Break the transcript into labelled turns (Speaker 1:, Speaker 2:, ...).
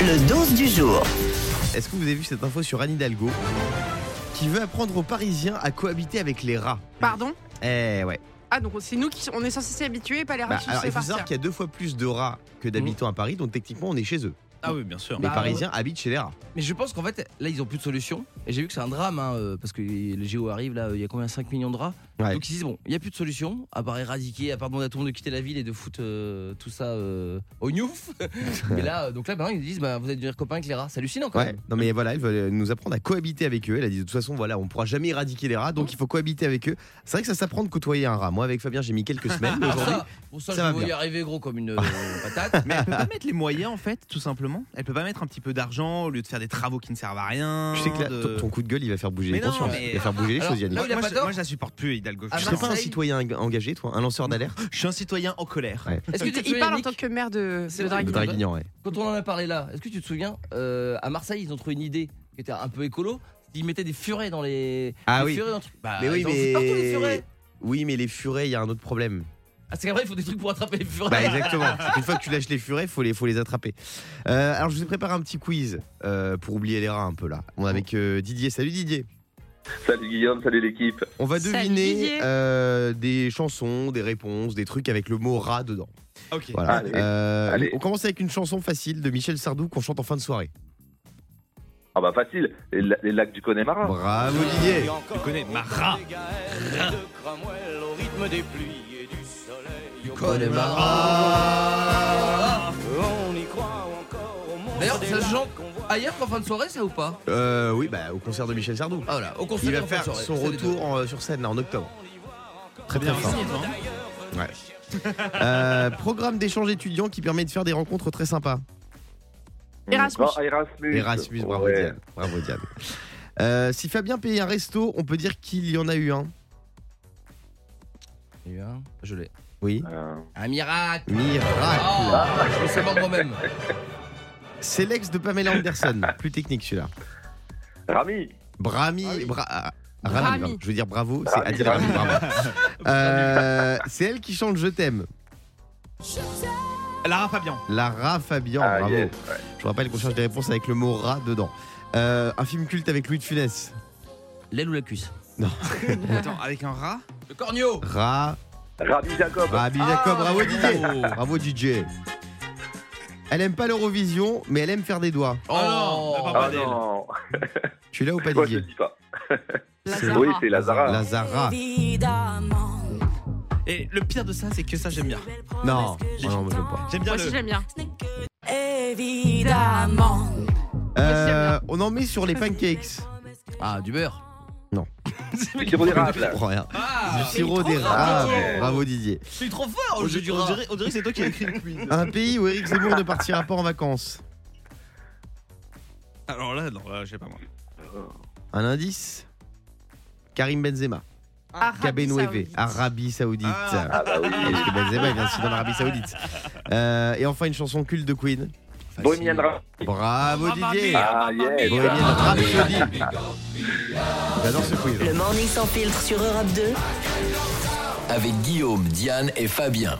Speaker 1: Le 12 du jour.
Speaker 2: Est-ce que vous avez vu cette info sur Anne Hidalgo qui veut apprendre aux Parisiens à cohabiter avec les rats
Speaker 3: Pardon
Speaker 2: Eh ouais.
Speaker 3: Ah, donc c'est nous qui on est censé s'y habituer, Ah, pas les
Speaker 2: Bah,
Speaker 3: rats qui
Speaker 2: alors
Speaker 3: se
Speaker 2: il faut
Speaker 3: partir.
Speaker 2: savoir qu'il y a deux fois plus de rats que d'habitants à Paris, donc techniquement on est chez eux.
Speaker 4: Ah oui, bien sûr.
Speaker 2: Les
Speaker 5: Bah,
Speaker 2: Parisiens habitent chez les rats.
Speaker 5: Mais je pense qu'en fait, là, ils ont plus de solution. Et j'ai vu que c'est un drame, hein, euh, parce que le Géo arrive, là, euh, il y a combien 5 millions de rats.
Speaker 2: Ouais.
Speaker 5: Donc ils se disent, bon, il n'y a plus de solution, à part éradiquer, à part demander à tout le monde de quitter la ville et de foutre euh, tout ça euh, au gnouf. Mais là, euh, donc là, maintenant, ils disent, bah, vous allez devenir copains avec les rats. C'est hallucinant, quand
Speaker 2: Ouais.
Speaker 5: même.
Speaker 2: Non mais voilà, elle veut nous apprendre à cohabiter avec eux. Elle a dit de toute façon voilà, on pourra jamais éradiquer les rats, donc il faut cohabiter avec eux. C'est vrai que ça s'apprend de côtoyer un rat. Moi avec Fabien j'ai mis quelques semaines mais
Speaker 5: Pour
Speaker 2: Ah, aujourd'hui.
Speaker 5: ça, pour ça,
Speaker 2: ça
Speaker 5: je
Speaker 2: va
Speaker 5: vous
Speaker 2: bien.
Speaker 5: y arriver gros comme une euh, patate.
Speaker 4: Mais elle peut pas mettre les moyens en fait, tout simplement. Elle peut pas mettre un petit peu d'argent au lieu de faire des travaux qui ne servent à rien.
Speaker 2: Tu sais que là,
Speaker 4: de-
Speaker 2: ton- ton coup de gueule il va faire bouger
Speaker 4: Mais
Speaker 2: les
Speaker 4: non,
Speaker 2: consciences,
Speaker 4: mais-
Speaker 2: il va faire bouger les
Speaker 5: Alors,
Speaker 2: choses Yannick.
Speaker 5: là où il a
Speaker 4: moi,
Speaker 5: pas
Speaker 4: je,
Speaker 5: tort.
Speaker 4: moi, je Ah la supporte plus Hidalgo.
Speaker 5: Ah,
Speaker 4: Je,
Speaker 2: Tu
Speaker 4: suis
Speaker 2: serais pas un
Speaker 5: Marseille-
Speaker 2: citoyen eng- engagé toi, un lanceur d'alerte
Speaker 4: un- je suis un citoyen en colère.
Speaker 2: Ouais.
Speaker 5: Est-ce que tu te
Speaker 3: Il
Speaker 5: souviens,
Speaker 3: parle en
Speaker 5: Nick,
Speaker 3: tant que maire de,
Speaker 5: C'est
Speaker 3: de
Speaker 5: vrai.
Speaker 3: Draguignan.
Speaker 5: Draguignan.
Speaker 2: Draguignan, ouais.
Speaker 5: quand on en a parlé là, est-ce que tu te souviens, euh, à Marseille, ils ont trouvé une idée qui était un peu écolo. Ils mettaient des furets dans les.
Speaker 2: Ah
Speaker 5: les
Speaker 2: oui.
Speaker 5: furets dans le truc. Bah,
Speaker 2: Mais oui
Speaker 5: ils en foutent partout, les
Speaker 2: mais
Speaker 5: furets.
Speaker 2: Oui, mais les furets, il y a un autre problème.
Speaker 5: Ah, c'est qu'après, ils font des trucs pour attraper les furets.
Speaker 2: Bah exactement. Une fois que tu lâches les furets, faut les, faut les attraper. Euh, alors je vous ai préparé un petit quiz euh, pour oublier les rats un peu là. On est avec euh, Didier. Salut Didier.
Speaker 6: Salut Guillaume, salut l'équipe.
Speaker 2: On va
Speaker 3: Salut
Speaker 2: deviner
Speaker 3: Didier.
Speaker 2: euh, des chansons, des réponses, des trucs avec le mot rat dedans.
Speaker 4: Ok.
Speaker 2: Voilà.
Speaker 6: Allez.
Speaker 2: Euh,
Speaker 6: Allez.
Speaker 2: On commence avec une chanson facile de Michel Sardou qu'on chante en fin de soirée.
Speaker 6: Ah bah facile, les, la- les lacs du Connemara.
Speaker 2: Bravo
Speaker 6: Oh.
Speaker 2: Didier.
Speaker 4: Tu connais ma rat.
Speaker 5: D'ailleurs, ça se chante ailleurs qu'en fin de soirée, ça ou pas
Speaker 2: Euh, oui, bah au concert de Michel Sardou.
Speaker 5: Ah, Voilà, au concert
Speaker 2: Il va
Speaker 5: en fin de
Speaker 2: faire
Speaker 5: soirée,
Speaker 2: son
Speaker 5: c'est les deux.
Speaker 2: retour en- euh, sur scène là, en octobre. Très
Speaker 4: Bien
Speaker 2: très fort.
Speaker 4: signé, toi, hein.
Speaker 2: Euh, programme d'échange étudiant qui permet de faire des rencontres très sympas.
Speaker 3: Erasmus.
Speaker 6: Ah, Erasmus.
Speaker 2: Erasmus, bravo
Speaker 6: Ouais.
Speaker 2: Diane. Bravo Diane. Euh, si Fabien payait un resto, on peut dire qu'il y en a eu un.
Speaker 5: Il y a eu un, Eh Je l'ai.
Speaker 2: Oui.
Speaker 6: Euh,
Speaker 5: Un miracle
Speaker 2: Miracle.
Speaker 5: Ah, Je le sais pas moi-même.
Speaker 2: C'est l'ex de Pamela Anderson. Plus technique celui-là.
Speaker 6: Rami.
Speaker 2: Brami. bra- ah, Rami,
Speaker 3: Brami.
Speaker 2: pardon. Je veux dire bravo. C'est
Speaker 6: Brami,
Speaker 2: Adil Rami, bravo. Euh, c'est elle qui chante Je t'aime.
Speaker 4: Lara Fabian.
Speaker 2: Lara Fabian,
Speaker 6: Ah,
Speaker 2: bravo.
Speaker 6: yes.
Speaker 2: Je vous rappelle qu'on cherche des réponses avec le mot rat dedans. Euh, un film culte avec Louis de Funès.
Speaker 5: L'aile ou la cuisse
Speaker 4: Attends, avec un rat
Speaker 5: Le corneau
Speaker 2: Rat.
Speaker 6: Rami Jacob.
Speaker 2: Rabbi Jacob, Ah, bravo
Speaker 6: Ah,
Speaker 2: Didier. Bravo DJ. Elle aime pas l'Eurovision, mais elle aime faire des doigts.
Speaker 4: Oh, non,
Speaker 5: Oh.
Speaker 4: pas
Speaker 6: Ah
Speaker 4: Bardel.
Speaker 6: non,
Speaker 2: Tu es là ou pas
Speaker 6: moi je
Speaker 2: Didier
Speaker 6: le dis pas.
Speaker 3: Lazara.
Speaker 6: Oui, c'est Lazara.
Speaker 2: Lazara.
Speaker 7: Évidemment.
Speaker 4: Et le pire de ça, c'est que ça, j'aime bien.
Speaker 2: Non, non, moi, j'aime pas.
Speaker 4: J'aime bien
Speaker 3: Moi aussi
Speaker 4: le.
Speaker 3: j'aime bien.
Speaker 7: Évidemment.
Speaker 2: Euh, on en met sur les pancakes.
Speaker 5: Ah, du beurre.
Speaker 6: Le sirop d'érable.
Speaker 2: Prends rien.
Speaker 5: Ah
Speaker 2: Du sirop
Speaker 3: trop
Speaker 2: d'érable.
Speaker 6: fort.
Speaker 2: Bravo Didier.
Speaker 5: Je suis trop fort au jeu du
Speaker 4: On
Speaker 5: rat
Speaker 4: dirait, on dirait que c'est toi qui as écrit le quiz.
Speaker 2: Un pays où Eric Zemmour ne partira pas en vacances.
Speaker 4: Alors là, non, là, je sais pas moi.
Speaker 2: Un indice Karim Benzema,
Speaker 5: Ah,
Speaker 3: Arabie
Speaker 2: Kabenoueve,
Speaker 3: Saoudite.
Speaker 2: Arabie Saoudite.
Speaker 4: Ah.
Speaker 6: Ah bah oui.
Speaker 2: Et parce que Benzema il vient de signer en Arabie Saoudite. Euh, et enfin une chanson culte de Queen.
Speaker 6: Bohemian Rhapsody.
Speaker 2: Bravo Didier.
Speaker 6: Ah yes.
Speaker 2: Bohemian Rhapsody. J'adore ce quiz. hein.
Speaker 1: Le morning sans filtre sur Europe 2.
Speaker 8: avec Guillaume, Diane et Fabien.